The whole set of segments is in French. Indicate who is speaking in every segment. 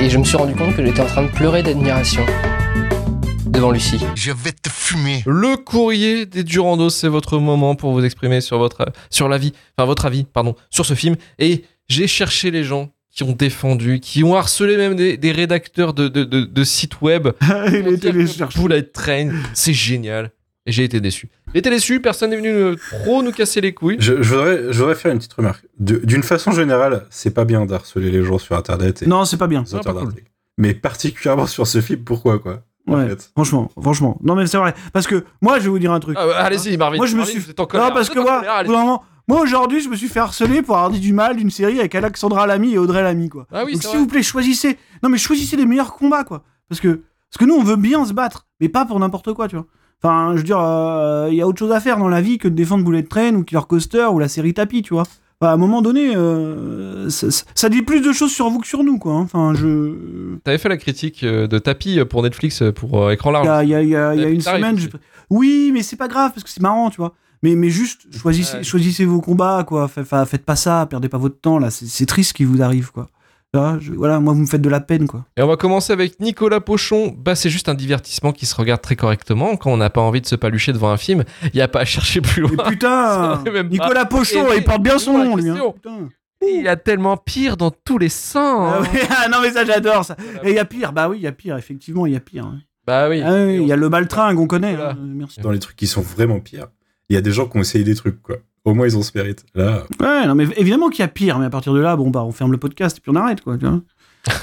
Speaker 1: Et je me suis rendu compte que j'étais en train de pleurer d'admiration devant Lucie.
Speaker 2: Je vais te fumer.
Speaker 3: Le courrier des Durandos, c'est votre moment pour vous exprimer sur votre sur l'avis, enfin votre avis, pardon, sur ce film. Et j'ai cherché les gens qui ont défendu, qui ont harcelé même des, des rédacteurs de, de, de- de sites web.
Speaker 4: Ah, Il était les chercher.
Speaker 3: Bullet Train, c'est génial. Et j'ai été déçu. J'ai été déçu, personne n'est venu euh, trop nous casser les couilles.
Speaker 5: Je, je voudrais, je voudrais faire une petite remarque. De- D'une façon générale, c'est pas bien d'harceler les gens sur Internet et
Speaker 4: Non, c'est pas bien.
Speaker 5: les auteurs
Speaker 3: Non, pas cool.
Speaker 5: d'articles. Mais particulièrement sur ce film, pourquoi quoi en
Speaker 4: Ouais.
Speaker 5: fait.
Speaker 4: Franchement, franchement. Non, mais c'est vrai. Parce que moi, je vais vous dire un truc.
Speaker 3: Ah, bah, allez-y, Marvin.
Speaker 4: Moi, je me
Speaker 3: Marvin,
Speaker 4: suis-
Speaker 3: vous êtes en
Speaker 4: Non,
Speaker 3: colère,
Speaker 4: parce
Speaker 3: vous
Speaker 4: que
Speaker 3: êtes en
Speaker 4: moi,
Speaker 3: colère,
Speaker 4: au bout
Speaker 3: allez-y.
Speaker 4: d'un moment- moi aujourd'hui, je me suis fait harceler pour avoir dit du mal d'une série avec Alexandra Lamy et Audrey Lamy, quoi.
Speaker 3: Ah oui,
Speaker 4: Donc,
Speaker 3: c'est
Speaker 4: s'il
Speaker 3: vrai.
Speaker 4: vous plaît, choisissez. Non, mais choisissez les meilleurs combats, quoi. Parce que, parce que nous, on veut bien se battre, mais pas pour n'importe quoi, tu vois. Enfin, je veux dire, euh, il y a autre chose à faire dans la vie que de défendre Bullet Train ou Killer Coaster ou la série Tapi, tu vois. Enfin, à un moment donné, euh, ça, ça- ça dit plus de choses sur vous que sur nous, quoi. hein. Enfin, je.
Speaker 3: T'avais fait la critique euh, de Tapi pour Netflix euh, pour euh, écran
Speaker 4: Il y
Speaker 3: large.
Speaker 4: a, il y a- il y a- il y a
Speaker 3: Tapi,
Speaker 4: une
Speaker 3: t'arrives,
Speaker 4: semaine. je-
Speaker 3: tu-
Speaker 4: Oui, mais c'est pas grave parce que c'est marrant, tu vois. Mais, mais juste, choisissez,
Speaker 3: Ouais.
Speaker 4: choisissez vos combats, quoi. Fa- fa- faites pas ça, perdez pas votre temps, là. C'est c'est triste ce qui vous arrive, quoi. Là, je- voilà, moi, vous me faites de la peine, quoi.
Speaker 3: Et on va commencer avec Nicolas Pochon. Bah, c'est juste un divertissement qui se regarde très correctement quand on n'a pas envie de se palucher devant un film. Il n'y a pas à chercher plus
Speaker 4: Mais
Speaker 3: loin.
Speaker 4: putain
Speaker 3: C'est même pas-
Speaker 4: Nicolas Pochon,
Speaker 3: Et puis,
Speaker 4: il porte bien son
Speaker 3: la
Speaker 4: nom, lui. hein.
Speaker 3: question.
Speaker 4: Putain.
Speaker 3: Il y a tellement pire dans tous les
Speaker 4: Ah
Speaker 3: sens.
Speaker 4: ouais, ah non, mais ça, j'adore ça.
Speaker 3: Voilà.
Speaker 4: Et il y a pire, bah oui, il y a pire, effectivement, il y a pire. hein.
Speaker 3: Bah oui.
Speaker 4: Ah oui,
Speaker 3: Et
Speaker 4: il
Speaker 3: on-
Speaker 4: y a le baltringue, on connaît.
Speaker 3: Voilà.
Speaker 4: hein, Merci.
Speaker 5: Dans les trucs qui sont vraiment pires, il y a des gens qui ont essayé des trucs quoi. Au moins ils ont ce mérite. Là,
Speaker 4: Ouais, non, mais évidemment qu'il y a pire, mais à partir de là, bon, bah, on ferme le podcast et puis on arrête, quoi, tu vois.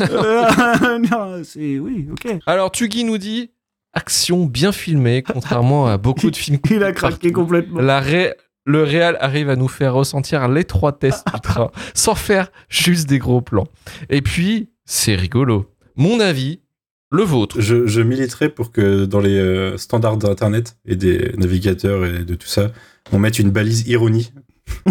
Speaker 4: Euh, non, c'est. Oui, ok.
Speaker 3: Alors, Tugui nous dit action bien filmée, contrairement à beaucoup de films.
Speaker 4: Il a craqué
Speaker 3: partout.
Speaker 4: complètement.
Speaker 3: La ré- Le réal arrive à nous faire ressentir l'étroitesse du train, sans faire juste des gros plans. Et puis, c'est rigolo. Mon avis, le vôtre.
Speaker 5: je, je militerai pour que dans les euh, standards d'internet et des navigateurs et de tout ça, on mette une balise ironie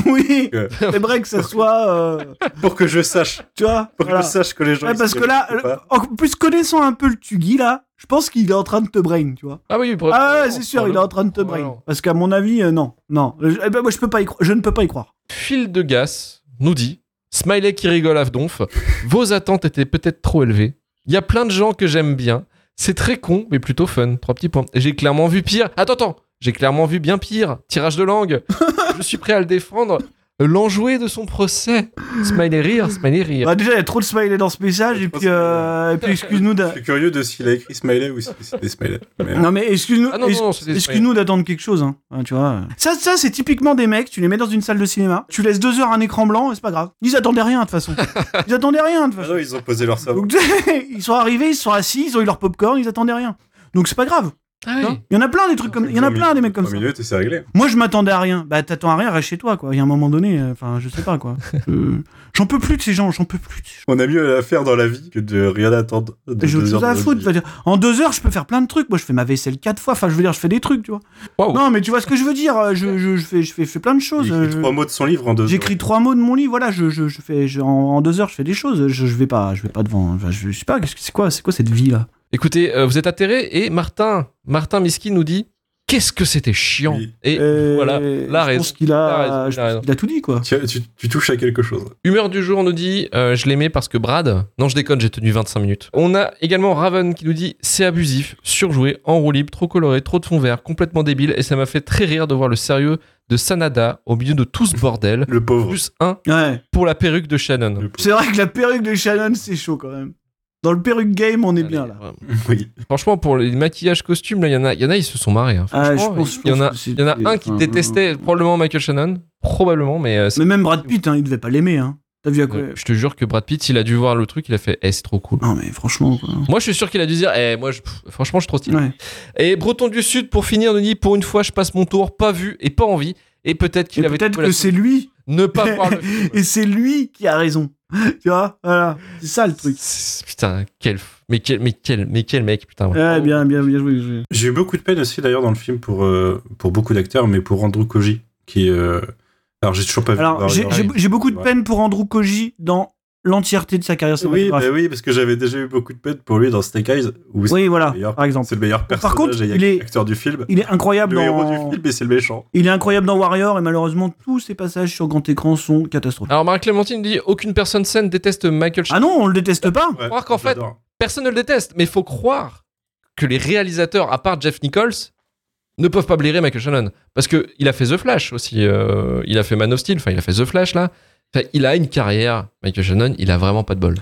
Speaker 4: Oui,
Speaker 5: Que-
Speaker 4: c'est vrai que ça soit. euh,
Speaker 5: pour que je sache,
Speaker 4: tu vois
Speaker 5: pour
Speaker 4: voilà.
Speaker 5: que je sache que les gens.
Speaker 4: Ouais,
Speaker 5: ils
Speaker 4: Parce
Speaker 5: se
Speaker 4: que là, euh,
Speaker 5: ou pas.
Speaker 4: en plus, connaissant un peu le Tugi, là, je pense qu'il est en train de te brain, tu vois.
Speaker 3: Ah oui,
Speaker 4: Ah ouais, c'est sûr, il est en train de te brain. Parce qu'à mon avis, euh, non. Non. Je, eh ben, moi, je, peux pas y cro- je ne peux pas y croire.
Speaker 3: Fil de gas nous dit Smiley qui rigole à donf, vos attentes étaient peut-être trop élevées. Il y a plein de gens que j'aime bien. C'est très con, mais plutôt fun. Trois petits points. Et J'ai clairement vu pire. Attends, attends. J'ai clairement vu bien pire. Tirage de langue. Je suis prêt à le défendre. L'enjoué de son procès. Smiley rire, smiley rire.
Speaker 4: Bah, déjà, il y a trop de smiley dans ce message,
Speaker 5: Il y
Speaker 4: et
Speaker 5: a trop
Speaker 4: puis,
Speaker 5: de
Speaker 4: euh, et puis excuse-nous d'a-
Speaker 5: Je suis curieux de s'il a écrit smiley ou si c'est des smiley. Mais-
Speaker 4: Non, mais excuse-nous
Speaker 3: Ah non, non, non, c'est des
Speaker 4: excuse nous d'attendre quelque chose, hein. Hein, tu vois. euh. Ça, ça c'est typiquement des mecs, tu les mets dans une salle de cinéma, tu laisses deux heures un écran blanc, et c'est pas grave. Ils attendaient rien, de toute façon. Ils attendaient rien, de toute
Speaker 5: Ah
Speaker 4: façon.
Speaker 5: non, ils ont posé leur cerveau.
Speaker 4: Donc, ils sont arrivés, ils sont assis, ils ont eu leur popcorn, ils attendaient rien. Donc c'est pas grave.
Speaker 3: Ah oui.
Speaker 4: hein. Il y en a plein des trucs comme, il y en a plein des mecs comme ça.
Speaker 5: Trois minutes et c'est réglé.
Speaker 4: Moi je m'attendais à rien. Bah t'attends à rien, reste chez toi quoi. Il y a un moment donné, euh, enfin je sais pas quoi. Je- J'en peux plus de ces gens, j'en peux plus. de ces gens.
Speaker 5: On a mieux à faire dans la vie que de rien attendre. de
Speaker 4: J'ai autre
Speaker 5: deux
Speaker 4: chose
Speaker 5: heures
Speaker 4: à
Speaker 5: de
Speaker 4: foutre.
Speaker 5: notre
Speaker 4: je veux dire. En deux heures, je peux faire plein de trucs. Moi, je fais ma vaisselle quatre fois. Enfin, je veux dire, je fais des trucs, tu vois.
Speaker 5: Oh.
Speaker 3: Waouh.
Speaker 4: Non, mais tu vois ce que je veux dire. euh, Je, je, je fais, je, fais, je fais plein de
Speaker 5: vie.
Speaker 4: choses.
Speaker 5: Il
Speaker 4: euh,
Speaker 5: écrit
Speaker 4: je-
Speaker 5: trois mots de son livre en deux
Speaker 4: J'écris trois mots de mon livre. Voilà, je, je, je fais, je- en, en deux heures, je fais des choses. Je, je vais pas, je vais pas devant. hein. Enfin, je, je sais pas. qu'est-ce que- C'est quoi, c'est quoi cette vie là
Speaker 3: Écoutez, euh, vous êtes atterrés et Martin, Martin Miski nous dit Qu'est-ce que c'était chiant
Speaker 5: Oui.
Speaker 3: Et
Speaker 4: Euh,
Speaker 3: voilà, la
Speaker 4: Je
Speaker 3: raison.
Speaker 4: pense qu'il
Speaker 3: La raison,
Speaker 4: a, je
Speaker 3: la
Speaker 4: pense
Speaker 3: raison.
Speaker 4: qu'il a tout dit quoi.
Speaker 5: heures. Tu, tu- tu touches à quelque chose.
Speaker 3: Humeur du jour nous dit euh, Je l'aimais parce que Brad. Non, je déconne, j'ai tenu 25 minutes. On a également Raven qui nous dit C'est abusif, surjoué, en roue libre, trop coloré, trop de fond vert, complètement débile. Et ça m'a fait très rire de voir le sérieux de Sanada au milieu de tout ce bordel.
Speaker 5: Le pauvre.
Speaker 3: Plus 1
Speaker 4: Ouais.
Speaker 3: pour la perruque de Shannon.
Speaker 5: Le pauvre.
Speaker 4: C'est vrai que la perruque de Shannon, c'est chaud quand même. Dans le perruque game, on est bien là.
Speaker 3: Allez, ouais.
Speaker 5: Oui.
Speaker 3: Franchement, pour les maquillages costumes, là, il y en a, il y en a, ils se sont marrés. hein.
Speaker 4: Ah,
Speaker 3: Franchement,
Speaker 4: je pense- je
Speaker 3: il y en a,
Speaker 4: pense que c'est-
Speaker 3: il y en a un qui
Speaker 4: enfin,
Speaker 3: détestait probablement Michael Shannon, probablement, mais euh, c'est-
Speaker 4: Mais même Brad Pitt, hein, il devait pas l'aimer. Hein. T'as vu à quoi
Speaker 3: je te jure que Brad Pitt, il a dû voir le truc, il a fait, eh, c'est trop cool.
Speaker 4: Non, mais franchement. Quoi.
Speaker 3: Moi, je suis sûr qu'il a dû dire, eh, moi, je- pff, franchement, je suis trop stylé.
Speaker 4: Ouais.
Speaker 3: Et Breton du Sud, pour finir, nous dit pour une fois, je passe mon tour, pas vu et pas envie. Et peut-être
Speaker 4: Et
Speaker 3: qu'il avait
Speaker 4: Peut-être
Speaker 3: trouvé la Ah,
Speaker 4: que c'est lui.
Speaker 3: solution de ne pas voir le film.
Speaker 4: Et c'est lui qui a raison. tu vois, voilà. C'est ça le truc.
Speaker 3: C'est- Putain, quel. f- Mais quel, mais quel, mais quel mec, putain. ouais.
Speaker 4: Ouais, bien, bien, bien joué. bien joué.
Speaker 5: J'ai eu beaucoup de peine aussi d'ailleurs dans le film pour, euh, pour beaucoup d'acteurs, mais pour Andrew Koji, qui euh, Alors j'ai toujours pas vu.
Speaker 4: Alors,
Speaker 5: alors,
Speaker 4: j'ai
Speaker 5: alors,
Speaker 4: j'ai- j'ai beaucoup de
Speaker 5: Ouais.
Speaker 4: peine pour Andrew Koji dans l'entièreté de sa carrière
Speaker 5: Oui,
Speaker 4: cinématographique.
Speaker 5: bah oui, parce que j'avais déjà eu beaucoup de peine pour lui dans Snake Eyes, où
Speaker 4: Oui, voilà,
Speaker 5: D'ailleurs,
Speaker 4: par exemple.
Speaker 5: c'est le meilleur
Speaker 4: Par
Speaker 5: personnage
Speaker 4: contre,
Speaker 5: et
Speaker 4: il est-
Speaker 5: acteur du film.
Speaker 4: Il est incroyable
Speaker 5: Le héros
Speaker 4: dans...
Speaker 5: du film, et c'est le méchant.
Speaker 4: Il est incroyable dans Warrior et malheureusement tous ses passages sur grand écran sont catastrophiques.
Speaker 3: Alors, Marie-Clémentine dit Aucune personne saine déteste Michael Ch-
Speaker 4: Ah non, on le déteste pas
Speaker 5: Ouais,
Speaker 3: croire qu'en fait-
Speaker 5: j'adore.
Speaker 4: Ah.
Speaker 3: Personne ne le déteste, mais faut croire que les réalisateurs, à part Jeff Nichols, ne peuvent pas blairer Michael Shannon. Parce que il a fait The Flash aussi. euh, il a fait Man of Steel, enfin, il a fait The Flash là. Enfin, il a une carrière, Michael Shannon, il a vraiment pas de bol.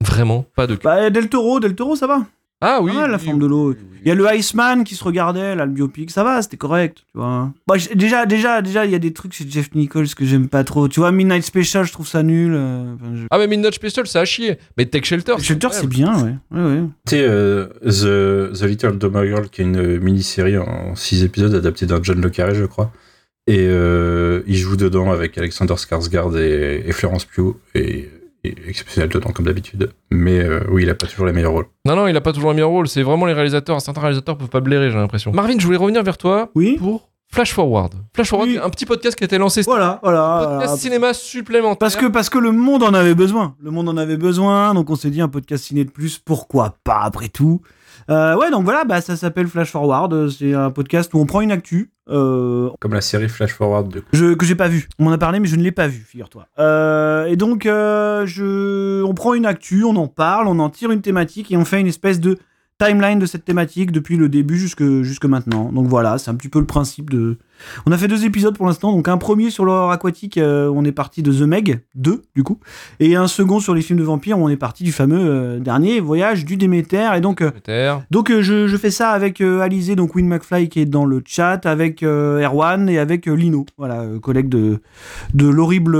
Speaker 3: Vraiment pas de cul.
Speaker 4: Bah Del Toro, Del Toro ça va.
Speaker 3: ah oui.
Speaker 4: pas mal, la
Speaker 3: oui,
Speaker 4: forme de l'eau.
Speaker 3: oui, oui,
Speaker 4: Il y a le Iceman qui se regardait, là le biopic, ça va, c'était correct, tu vois. Bah, j- déjà, déjà, déjà, il y a des trucs chez Jeff Nichols que j'aime pas trop. Tu vois, Midnight Special, je trouve ça nul. euh, enfin, je-
Speaker 3: Ah, mais Midnight Special, ça a chier. Mais Tech Shelter.
Speaker 4: Shelter, c'est bien, ouais. ouais, ouais.
Speaker 5: Tu sais, euh, The, The Little Domagirl, qui est une euh, mini-série en 6 épisodes adaptée d'un John Le Carré, je crois. Et euh, il joue dedans avec Alexander Skarsgård et, et Florence Pugh. Et, et exceptionnel dedans, comme d'habitude. Mais euh, oui, il a pas toujours les meilleurs rôles.
Speaker 3: Non, non, il a pas toujours un meilleur rôle. C'est vraiment les réalisateurs. Certains réalisateurs peuvent pas blairer, j'ai l'impression. Marvin, je voulais revenir vers toi
Speaker 4: Oui.
Speaker 3: pour Flash Forward. Flash Forward,
Speaker 4: Oui.
Speaker 3: un petit podcast qui a été lancé.
Speaker 4: Voilà, voilà.
Speaker 3: podcast
Speaker 4: voilà.
Speaker 3: cinéma supplémentaire.
Speaker 4: Parce que, parce que le monde en avait besoin. Le monde en avait besoin, donc on s'est dit un podcast ciné de plus, pourquoi pas après tout. Euh, ouais, donc voilà, bah, ça s'appelle Flash Forward. euh, C'est un podcast où on prend une actu euh,
Speaker 5: Comme la série Flash Forward de
Speaker 4: je- que j'ai pas vue. On m'en a parlé, mais je ne l'ai pas vue, figure-toi. Euh, et donc, euh, je, on prend une actu, on en parle, on en tire une thématique et on fait une espèce de timeline de cette thématique depuis le début jusque, jusque maintenant. Donc voilà, c'est un petit peu le principe de. On a fait deux épisodes pour l'instant, donc un premier sur l'horreur aquatique, euh, on est parti de The Meg 2 du coup, et un second sur les films de vampires, où on est parti du fameux euh, dernier voyage du Déméter. Et donc, euh,
Speaker 3: Terre.
Speaker 4: donc euh, je, je fais ça avec euh, Alizé, donc Win McFly qui est dans le chat, avec euh, Erwan et avec euh, Lino, voilà, euh, collègue de, de l'horrible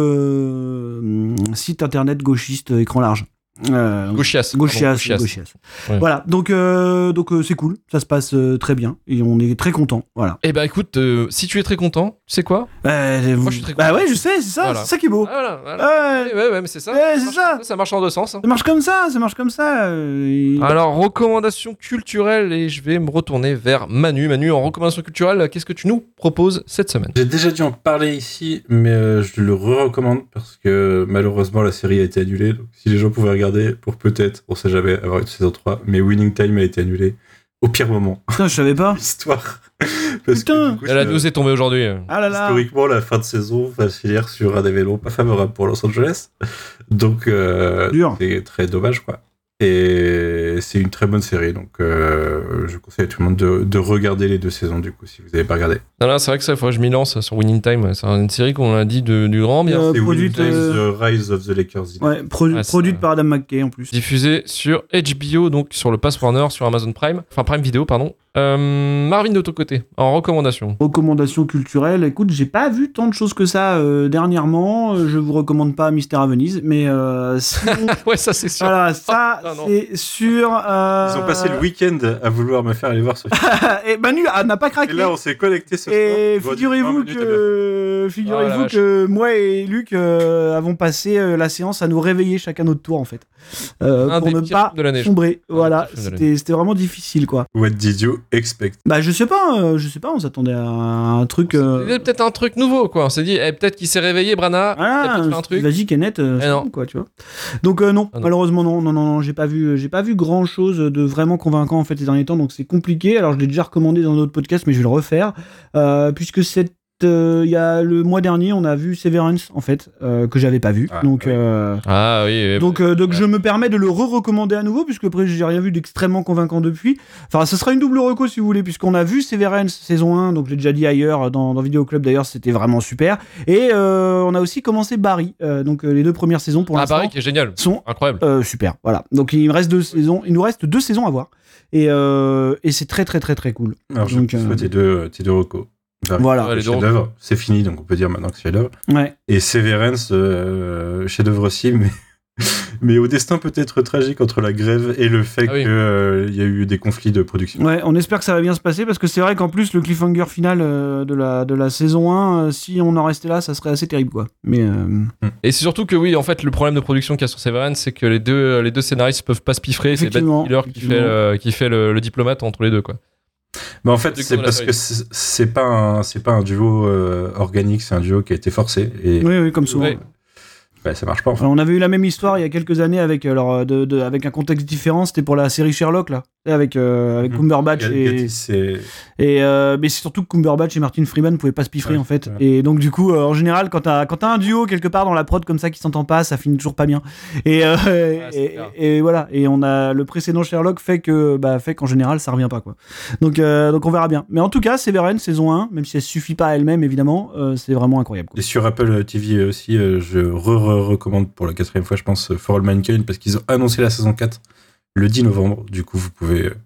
Speaker 4: euh, site internet gauchiste euh, écran large. Euh,
Speaker 3: Gauchias.
Speaker 4: Gauchias,
Speaker 3: Pardon, Gauchias.
Speaker 4: Gauchias.
Speaker 3: Ouais.
Speaker 4: Voilà, donc euh, donc euh, c'est cool, ça se passe euh, très bien et on est très content. Voilà.
Speaker 3: Eh ben écoute, euh, si tu es très content, tu sais quoi
Speaker 4: Euh,
Speaker 3: Moi, je suis très
Speaker 4: bah
Speaker 3: content.
Speaker 4: ouais, je sais, c'est ça,
Speaker 3: Voilà.
Speaker 4: c'est ça qui est beau.
Speaker 3: Ah, voilà, voilà.
Speaker 4: Ouais,
Speaker 3: Ouais, ouais, ouais, mais c'est ça.
Speaker 4: ouais,
Speaker 3: Ça
Speaker 4: Oh. Eh,
Speaker 3: marche
Speaker 4: c'est ça.
Speaker 3: comme Ça marche en deux sens. hein.
Speaker 4: Ça marche comme ça, ça marche comme ça. euh, et-
Speaker 3: Alors, recommandation culturelle, et je vais me retourner vers Manu. Manu, en recommandation culturelle, qu'est-ce que tu nous proposes cette semaine
Speaker 5: J'ai déjà dû en parler ici, mais euh, je le recommande parce que malheureusement la série a été annulée. Donc, si les gens pouvaient regarder, pour peut-être, on sait jamais, avoir une saison 3, mais Winning Time a été annulée au pire moment
Speaker 4: Putain, je savais pas.
Speaker 5: de l'histoire.
Speaker 4: Putain.
Speaker 5: du coup,
Speaker 3: Elle a
Speaker 5: je-
Speaker 3: nous est tombée aujourd'hui. euh.
Speaker 4: Ah là là.
Speaker 5: Historiquement, la fin de saison va se finir sur un événement pas favorable pour Los Angeles. Donc, euh,
Speaker 4: Dur.
Speaker 5: c'est très dommage, quoi. Et c'est une très bonne série. Donc, euh, je conseille à tout le monde de, de regarder les deux saisons, du coup, si vous n'avez pas regardé.
Speaker 3: Non, non, c'est vrai que ça, il faudrait que je m'y lance sur Winning Time. C'est une série qu'on a dit de- du grand bien.
Speaker 4: Euh,
Speaker 5: C'est
Speaker 4: produite,
Speaker 5: Winning Time,
Speaker 4: euh,
Speaker 5: The Rise of the Lakers.
Speaker 4: Ouais, produ-
Speaker 3: Ouais, Ah, c'est-
Speaker 4: produite par Adam McKay en plus.
Speaker 3: diffusée sur HBO, donc sur le Pass Warner, sur Amazon Prime, enfin Prime Video, pardon. Euh, Marvin de ton côté, en recommandation.
Speaker 4: Recommandations culturelles. Écoute, j'ai pas vu tant de choses que ça euh, dernièrement. Euh, Je vous recommande pas Mystère à Venise, mais euh, sinon,
Speaker 3: ouais, ça c'est sûr.
Speaker 4: voilà, ça
Speaker 3: Ah, non.
Speaker 4: c'est sûr. euh,
Speaker 5: Ils ont passé le week-end à vouloir me faire aller voir ce film.
Speaker 4: et Manu ah, n'a pas
Speaker 5: Et
Speaker 4: craqué.
Speaker 5: là, on s'est connecté ce
Speaker 4: Et
Speaker 5: soir.
Speaker 4: figurez-vous que,
Speaker 3: Ah, la
Speaker 4: figurez-vous
Speaker 3: vache.
Speaker 4: que moi et Luc euh, avons passé euh, la séance à nous réveiller chacun notre tour en fait Euh,
Speaker 3: Un
Speaker 4: pour
Speaker 3: des
Speaker 4: ne
Speaker 3: pires
Speaker 4: pas
Speaker 3: films de l'année, je
Speaker 4: sombrer.
Speaker 3: Un
Speaker 4: Voilà,
Speaker 3: des pires films de l'année.
Speaker 4: c'était c'était vraiment difficile quoi.
Speaker 5: What did you expect
Speaker 4: Bah je sais pas, euh, je sais pas, on s'attendait à un truc.
Speaker 3: Il
Speaker 4: euh,
Speaker 3: y a peut-être un truc nouveau, quoi. On s'est dit, eh, peut-être qu'il s'est réveillé, Brana. il a
Speaker 4: Ah,
Speaker 3: peut-être fait un truc.
Speaker 4: vas-y Kenneth, euh,
Speaker 3: Eh
Speaker 4: c'est
Speaker 3: non.
Speaker 4: bon, quoi, tu vois. Donc euh, non,
Speaker 3: Ah non.
Speaker 4: malheureusement non, non, non, non, j'ai pas vu, euh, j'ai pas vu grand chose de vraiment convaincant en fait ces derniers temps, donc c'est compliqué. Alors je l'ai déjà recommandé dans d'autres podcasts, mais je vais le refaire Euh, puisque c'est euh, il y a le mois dernier, on a vu Severance en fait euh, que j'avais pas vu,
Speaker 5: Ah,
Speaker 4: donc
Speaker 5: oui.
Speaker 4: euh,
Speaker 3: Ah oui, oui.
Speaker 4: donc, euh, donc
Speaker 3: ouais.
Speaker 4: je me permets de le re-recommander à nouveau, puisque après j'ai rien vu d'extrêmement convaincant depuis. Enfin, ce sera une double reco si vous voulez, puisqu'on a vu Severance saison 1, donc j'ai déjà dit ailleurs, euh, dans, dans Vidéo Club d'ailleurs, c'était vraiment super. Et euh, on a aussi commencé Barry, euh, donc euh, les deux premières saisons pour
Speaker 3: ah,
Speaker 4: l'instant
Speaker 3: Barry qui est génial.
Speaker 4: sont
Speaker 3: Incroyable.
Speaker 4: euh, super, voilà. Donc il me reste deux saisons, il nous reste deux saisons à voir, et, euh, et c'est très très très très cool.
Speaker 5: Alors, je
Speaker 4: Donc,
Speaker 5: pense
Speaker 4: euh,
Speaker 5: tes deux, tes deux recos. Bah,
Speaker 4: Voilà.
Speaker 3: Ouais, les deux
Speaker 5: chef-d'œuvre, c'est fini, donc on peut dire maintenant que c'est chef-d'œuvre.
Speaker 4: Ouais.
Speaker 5: Et Severance, euh, chef-d'œuvre aussi, mais mais au destin peut-être tragique entre la grève et le fait
Speaker 3: Ah oui.
Speaker 5: qu'il y a eu des conflits de production.
Speaker 4: Ouais, on espère que ça va bien se passer parce que c'est vrai qu'en plus, le cliffhanger final euh, de, la, de la saison 1, euh, si on en restait là, ça serait assez terrible quoi. Mais euh,
Speaker 3: Et c'est surtout que oui, en fait, le problème de production qu'il y a sur Severance, c'est que les deux, euh, les deux scénaristes peuvent pas se piffrer. C'est Bad
Speaker 4: Effectivement,
Speaker 3: Miller qui fait,
Speaker 4: effectivement.
Speaker 3: euh, qui fait le, le diplomate entre les deux, quoi.
Speaker 5: Bah en
Speaker 3: Du coup,
Speaker 5: fait, c'est
Speaker 3: on l'a
Speaker 5: parce
Speaker 3: pas eu.
Speaker 5: que c'est c'est pas un c'est pas un duo euh, organique, c'est un duo qui a été forcé et
Speaker 4: oui, oui, comme souvent.
Speaker 3: Ouais.
Speaker 5: bah, ça marche pas. en fait.
Speaker 4: Alors, on avait eu la même histoire il y a quelques années avec, alors, euh, de, de- avec un contexte différent, c'était pour la série Sherlock là, avec, euh, avec
Speaker 5: Mhm.
Speaker 4: Cumberbatch et,
Speaker 5: Gattis, c'est-
Speaker 4: et euh, mais c'est surtout que Cumberbatch et Martin Freeman pouvaient pas se piffrer
Speaker 5: Ouais,
Speaker 4: en fait.
Speaker 5: ouais.
Speaker 4: Et donc du coup, euh, en général, quand t'as quand t'as un duo quelque part dans la prod comme ça qui s'entend pas, ça finit toujours pas bien. Et, euh,
Speaker 3: c'est
Speaker 4: et,
Speaker 3: clair.
Speaker 4: et- et voilà. Et on a le précédent Sherlock fait que bah fait qu'en général ça revient pas quoi. Donc euh, donc on verra bien. Mais en tout cas, Severance saison 1, même si elle suffit pas à elle-même évidemment, euh, c'est vraiment incroyable. quoi.
Speaker 5: Et sur Apple TV aussi, euh, je recommande pour la quatrième fois, je pense, For All Mankind parce qu'ils ont annoncé la saison 4 le 10 novembre. Du coup, vous pouvez, euh,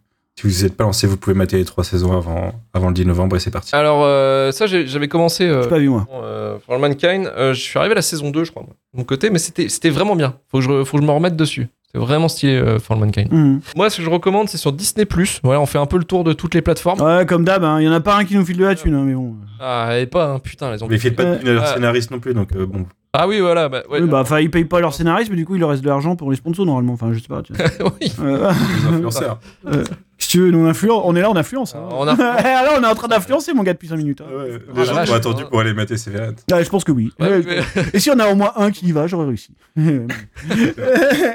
Speaker 5: si vous n'êtes pas lancé, vous pouvez mater les trois saisons avant, avant le 10 novembre et c'est parti.
Speaker 3: Alors, euh, ça, j'ai- j'avais commencé. euh,
Speaker 4: J'ai pas vu moi.
Speaker 3: euh, For All Mankind, euh, je suis arrivé à la saison 2, je crois, moi, de mon côté, mais c'était c'était vraiment bien. Faut que je, faut que je me remette dessus. C'était vraiment stylé, euh, For All Mankind.
Speaker 4: Mhm.
Speaker 3: Moi, ce que je recommande, c'est sur Disney. Voilà, on fait un peu le tour de toutes les plateformes.
Speaker 4: Ouais, comme d'hab, hein. il y en a pas un qui nous file de la thune, hein, mais bon.
Speaker 3: Ah, et pas, hein, putain, les
Speaker 5: Mais
Speaker 3: anglais.
Speaker 5: faites pas de thune à leurs
Speaker 3: Ah.
Speaker 5: scénaristes non plus, donc euh, bon.
Speaker 3: Ah oui, voilà. Bah, ouais,
Speaker 4: Oui, bah, enfin, ils payent pas leur scénariste, mais du coup, il leur reste de l'argent pour les sponsors normalement. Enfin, je sais pas. tu vois.
Speaker 3: oui.
Speaker 4: Euh,
Speaker 5: Les
Speaker 3: Ah,
Speaker 5: influenceurs.
Speaker 4: si tu veux, nous, on influence. On est là, on influence. hein.
Speaker 3: On a-
Speaker 4: Eh, alors, on est en train d'influencer, mon gars, depuis 5 minutes. hein.
Speaker 5: Ouais,
Speaker 3: Ah, la
Speaker 5: les gens
Speaker 3: vache.
Speaker 5: qui ont attendu pour aller mater Severance.
Speaker 4: Ah, je pense que oui.
Speaker 3: Ouais,
Speaker 4: Ouais,
Speaker 3: mais-
Speaker 4: Et si on a au moins un qui y va, j'aurais réussi.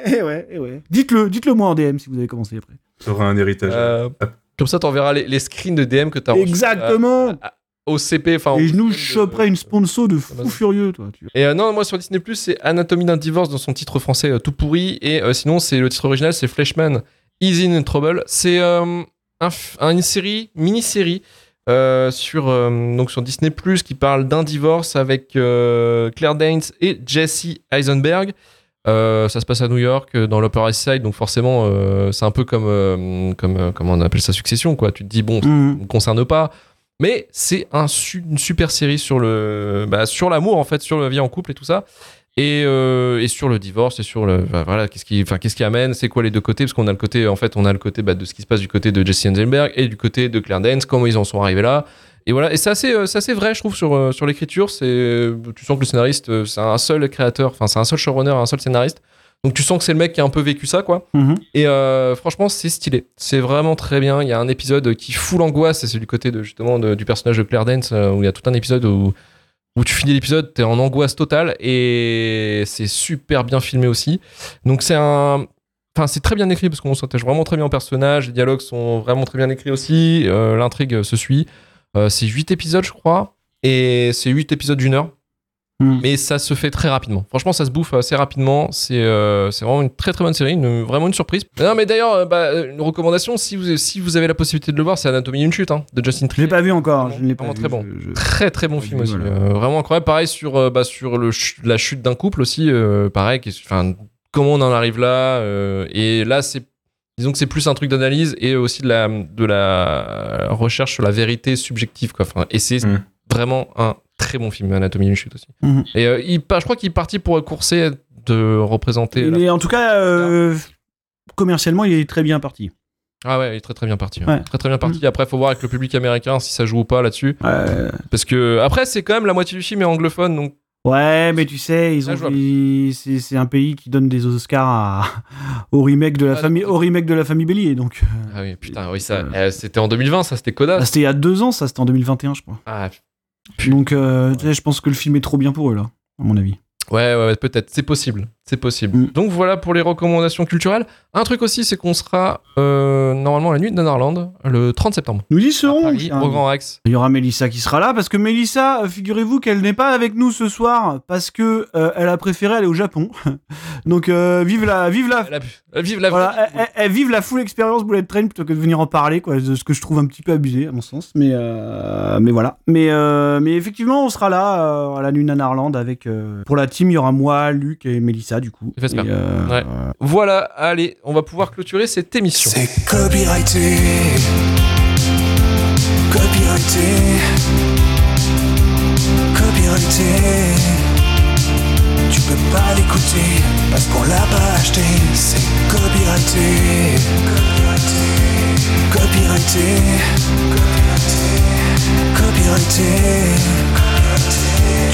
Speaker 4: et ouais, et ouais. Dites-le, dites-le moi en DM si vous avez commencé après.
Speaker 5: T'auras un héritage.
Speaker 3: Euh, comme ça, t'enverras les, les screens de DM que t'as reçus,
Speaker 4: Exactement.
Speaker 3: euh, au CP. enfin,
Speaker 4: Et
Speaker 3: au
Speaker 4: je nous
Speaker 3: CP de-
Speaker 4: choperai une sponsor de fou
Speaker 3: Amazon.
Speaker 4: furieux, toi. tu vois.
Speaker 3: Et euh, non, moi sur Disney c'est Anatomie d'un divorce dans son titre français euh, tout pourri. Et euh, sinon, c'est le titre original, c'est Fleshman Is in Trouble. C'est euh, un f- une série, mini-série euh, sur euh, donc sur Disney qui parle d'un divorce avec euh, Claire Danes et Jesse Eisenberg. Euh, ça se passe à New York, euh, dans l'Upper East Side, donc forcément, euh, c'est un peu comme euh, comme euh, comment on appelle ça, Succession, quoi. Tu te dis bon,
Speaker 4: Mhm.
Speaker 3: ne concerne pas. Mais c'est un su- une super série sur le bah, sur l'amour en fait, sur la vie en couple et tout ça, et, euh, et sur le divorce et sur le bah, voilà qu'est-ce qui enfin qu'est-ce qui amène, c'est quoi les deux côtés parce qu'on a le côté en fait on a le côté bah, de ce qui se passe du côté de Jesse Eisenberg et du côté de Claire Danes, comment ils en sont arrivés là. Et voilà, et c'est assez, euh, c'est assez vrai, je trouve, sur, euh, sur l'écriture. C'est, euh, tu sens que le scénariste, euh, c'est un seul créateur, enfin, c'est un seul showrunner, un seul scénariste. Donc, tu sens que c'est le mec qui a un peu vécu ça, quoi.
Speaker 4: Mhm.
Speaker 3: Et euh, franchement, c'est stylé. C'est vraiment très bien. Il y a un épisode qui fout l'angoisse, et c'est du côté de, justement de- du personnage de Claire Danes, euh, où il y a tout un épisode où, où tu finis l'épisode, t'es en angoisse totale, et c'est super bien filmé aussi. Donc c'est un... Enfin, c'est très bien écrit parce qu'on s'attache vraiment très bien au personnage, les dialogues sont vraiment très bien écrits aussi, euh, l'intrigue se suit. Euh, c'est 8 épisodes, je crois, et c'est 8 épisodes d'une heure.
Speaker 4: Mhm.
Speaker 3: Mais ça se fait très rapidement. Franchement, ça se bouffe assez rapidement. C'est euh, c'est vraiment une très très bonne série, une- vraiment une surprise. Non, mais d'ailleurs, euh, bah, euh, une recommandation si vous, si vous avez la possibilité de le voir, c'est Anatomie d'une chute hein, de Justin
Speaker 4: Je
Speaker 3: Trier.
Speaker 4: l'ai pas vu encore. Je ne l'ai pas
Speaker 3: Vraiment
Speaker 4: vu,
Speaker 3: très bon.
Speaker 4: je- je-
Speaker 3: Très très bon
Speaker 4: Ouais,
Speaker 3: film
Speaker 4: du
Speaker 3: aussi,
Speaker 4: voilà.
Speaker 3: euh, vraiment incroyable. Pareil sur euh, bah, sur le ch- la chute d'un couple aussi, euh, pareil. qui- Enfin, comment on en arrive là euh, Et là, c'est disons que c'est plus un truc d'analyse et aussi de la de la recherche sur la vérité subjective quoi. Enfin, et c'est
Speaker 4: Mmh.
Speaker 5: Mm.
Speaker 3: vraiment un très bon film Anatomie d'une chute aussi.
Speaker 4: Mhm.
Speaker 3: Et euh, il, pa- je crois qu'il est parti pour courser de représenter. la-
Speaker 4: Il est- en tout cas, euh, commercialement, il est très bien parti.
Speaker 3: Ah ouais, il est très très bien parti. hein.
Speaker 4: Ouais. Mmh.
Speaker 3: Très très bien parti. Après, faut voir avec le public américain si ça joue ou pas là-dessus.
Speaker 4: Euh,
Speaker 3: Parce que après, c'est quand même la moitié du film est anglophone, donc
Speaker 4: Ouais, mais tu sais, ils
Speaker 3: Ça,
Speaker 4: ont,
Speaker 3: je vois.
Speaker 4: ils- c'est c'est un pays qui donne des Oscars à, au remake de la
Speaker 3: Ah,
Speaker 4: famille,
Speaker 3: donc-
Speaker 4: au remake de la famille Bélier. Donc, euh,
Speaker 3: Ah oui, putain, oui, ça,
Speaker 4: Euh.
Speaker 3: euh, c'était en 2020, ça, c'était Coda.
Speaker 4: ah, c'était il y a deux ans, ça, c'était en 2021, je crois.
Speaker 3: Ah, pu-
Speaker 4: Donc, euh, tu sais, je pense que le film est trop bien pour eux là, à mon avis.
Speaker 3: ouais, ouais, ouais, peut-être, c'est possible, c'est possible.
Speaker 4: Mm.
Speaker 3: Donc voilà pour les recommandations culturelles. Un truc aussi, c'est qu'on sera euh, normalement à la nuit de Nanarland le 30 septembre.
Speaker 4: Nous y
Speaker 3: à
Speaker 4: serons.
Speaker 3: Paris,
Speaker 4: tiens.
Speaker 3: au Grand Rex.
Speaker 4: Il y aura Mélissa qui sera là parce que Mélissa, euh, figurez-vous qu'elle n'est pas avec nous ce soir parce que euh, elle a préféré aller au Japon. Donc, euh, vive la, vive la,
Speaker 3: Elle a pu- elle vive la
Speaker 4: Voilà, elles, elles- elles vivent la full expérience Bullet Train plutôt que de venir en parler, quoi, de ce que je trouve un petit peu abusé à mon sens. Mais, euh, mais voilà. Mais, euh, mais effectivement, on sera là euh, à la Lune Nanarland avec. euh, pour la team, il y aura moi, Luc et Mélissa du coup.
Speaker 3: Et Vesper.
Speaker 4: Et, euh,
Speaker 3: Ouais. Voilà, allez, on va pouvoir clôturer cette émission.
Speaker 2: C'est copyrighté. Copyrighté. Copyrighté. Tu peux pas l'écouter parce qu'on l'a pas acheté. C'est copyrighté. Copyrighté. Copyrighté. Copyrighté. Copyrighté.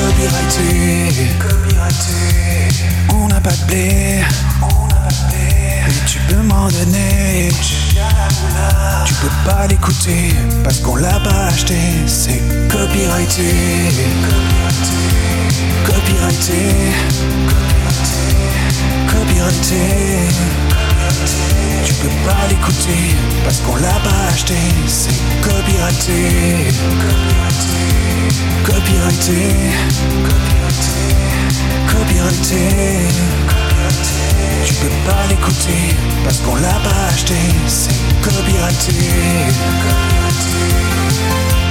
Speaker 2: Copyrighté, copyrighté. On n'a pas de blé, on n'a pas de blé. Et tu peux m'en donner, tu peux pas l'écouter parce qu'on l'a pas acheté. C'est copyrighté, copyrighté, copyrighté, copyrighté. Tu peux pas l'écouter parce qu'on l'a pas acheté. C'est copyrighté, copyrighté, copyrighté. Copyrighté Tu peux pas l'écouter parce qu'on l'a pas acheté C'est copyrighté Copyrighté